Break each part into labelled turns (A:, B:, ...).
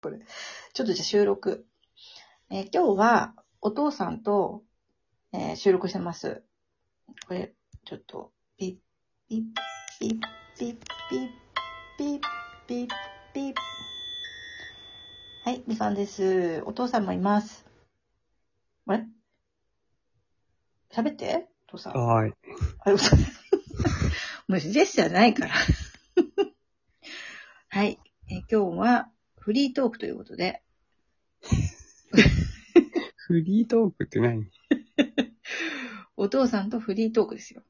A: これ。ちょっとじゃあ収録。えー今日はお父さんと、えー収録してます。これ、ちょっと、ピッ、ピッ、ピッ、ピッ、ピッ、ピッ、ピッ、ピッ。はい、みかんです。お父さんもいます。あれ喋って、お父さん。
B: はい。
A: あれ、 嘘もうジェスチャーないから。 はい。えー今日はフリートークということで、
B: フリートークって何
A: お父さんとフリートークですよ。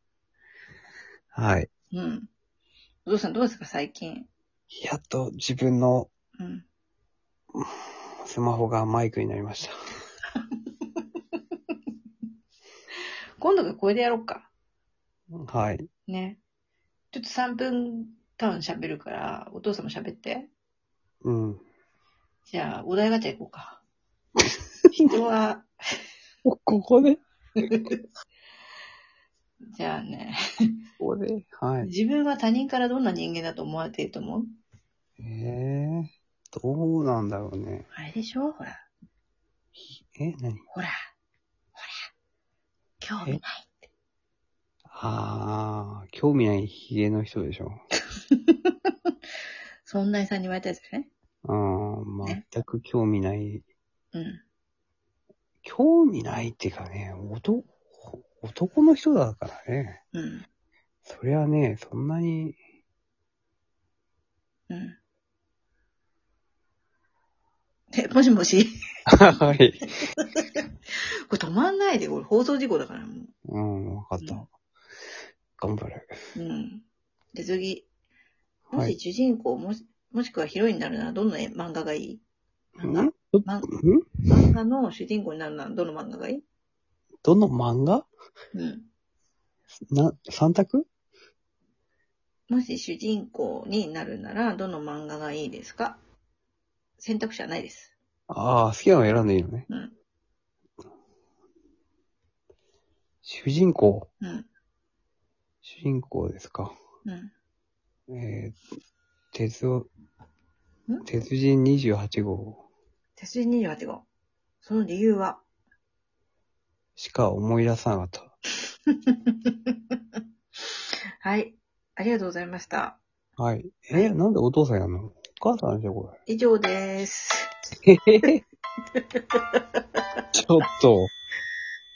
B: はい。
A: うん。お父さんどうですか最近。
B: やっと自分の
A: うん。
B: スマホがマイクになりました。
A: 今度がこれでやろうか。
B: はい。
A: ね。ちょっと3分タウン喋るから、お父さんも喋って。
B: うん。
A: じゃあ、お題ガチャ行こう か。人 は、
B: ここで
A: じゃあね、
B: ここではい。
A: 自分は他人からどんな人間だと思われていると思う
B: えー、どうなんだろうね。
A: あれでしょほら。
B: え、何
A: ほら、ほら、興味ない。
B: あー、興味ないヒゲの人でしょ。
A: そんなにさんに言われたやつですね。
B: あー、全く興味ない。
A: うん。
B: 興味ないっていうかね、男、男の人だからね。
A: うん。
B: そりゃね、そんなに、
A: うん。え、もしもし
B: はい。
A: これ止まんないで、これ放送事故だからもう。
B: うん、わかった。頑張る。
A: うん。で、次。も
B: はい
A: し。主人公、もし、もしくはヒロインになるならどんな漫画がいい漫画
B: ん
A: 漫
B: ん
A: 漫画の主人公になるならどの漫画がいい
B: どの漫画
A: うん。
B: な、三択
A: もし主人公になるならどの漫画がいいですか選択肢はないです。
B: ああ、好きなの選んでいいのね。
A: うん。
B: 主人公。
A: うん。
B: 主人公ですか。
A: うん。
B: えー、鉄を
A: ん、
B: 鉄人28号
A: 鉄人28号。その理由は
B: しか思い出さなかった。
A: はい。ありがとうございました。
B: はい。えー、なんでお父さんやんのお母さんでしょ、こ
A: 以上です。
B: れ。えへへちょっと。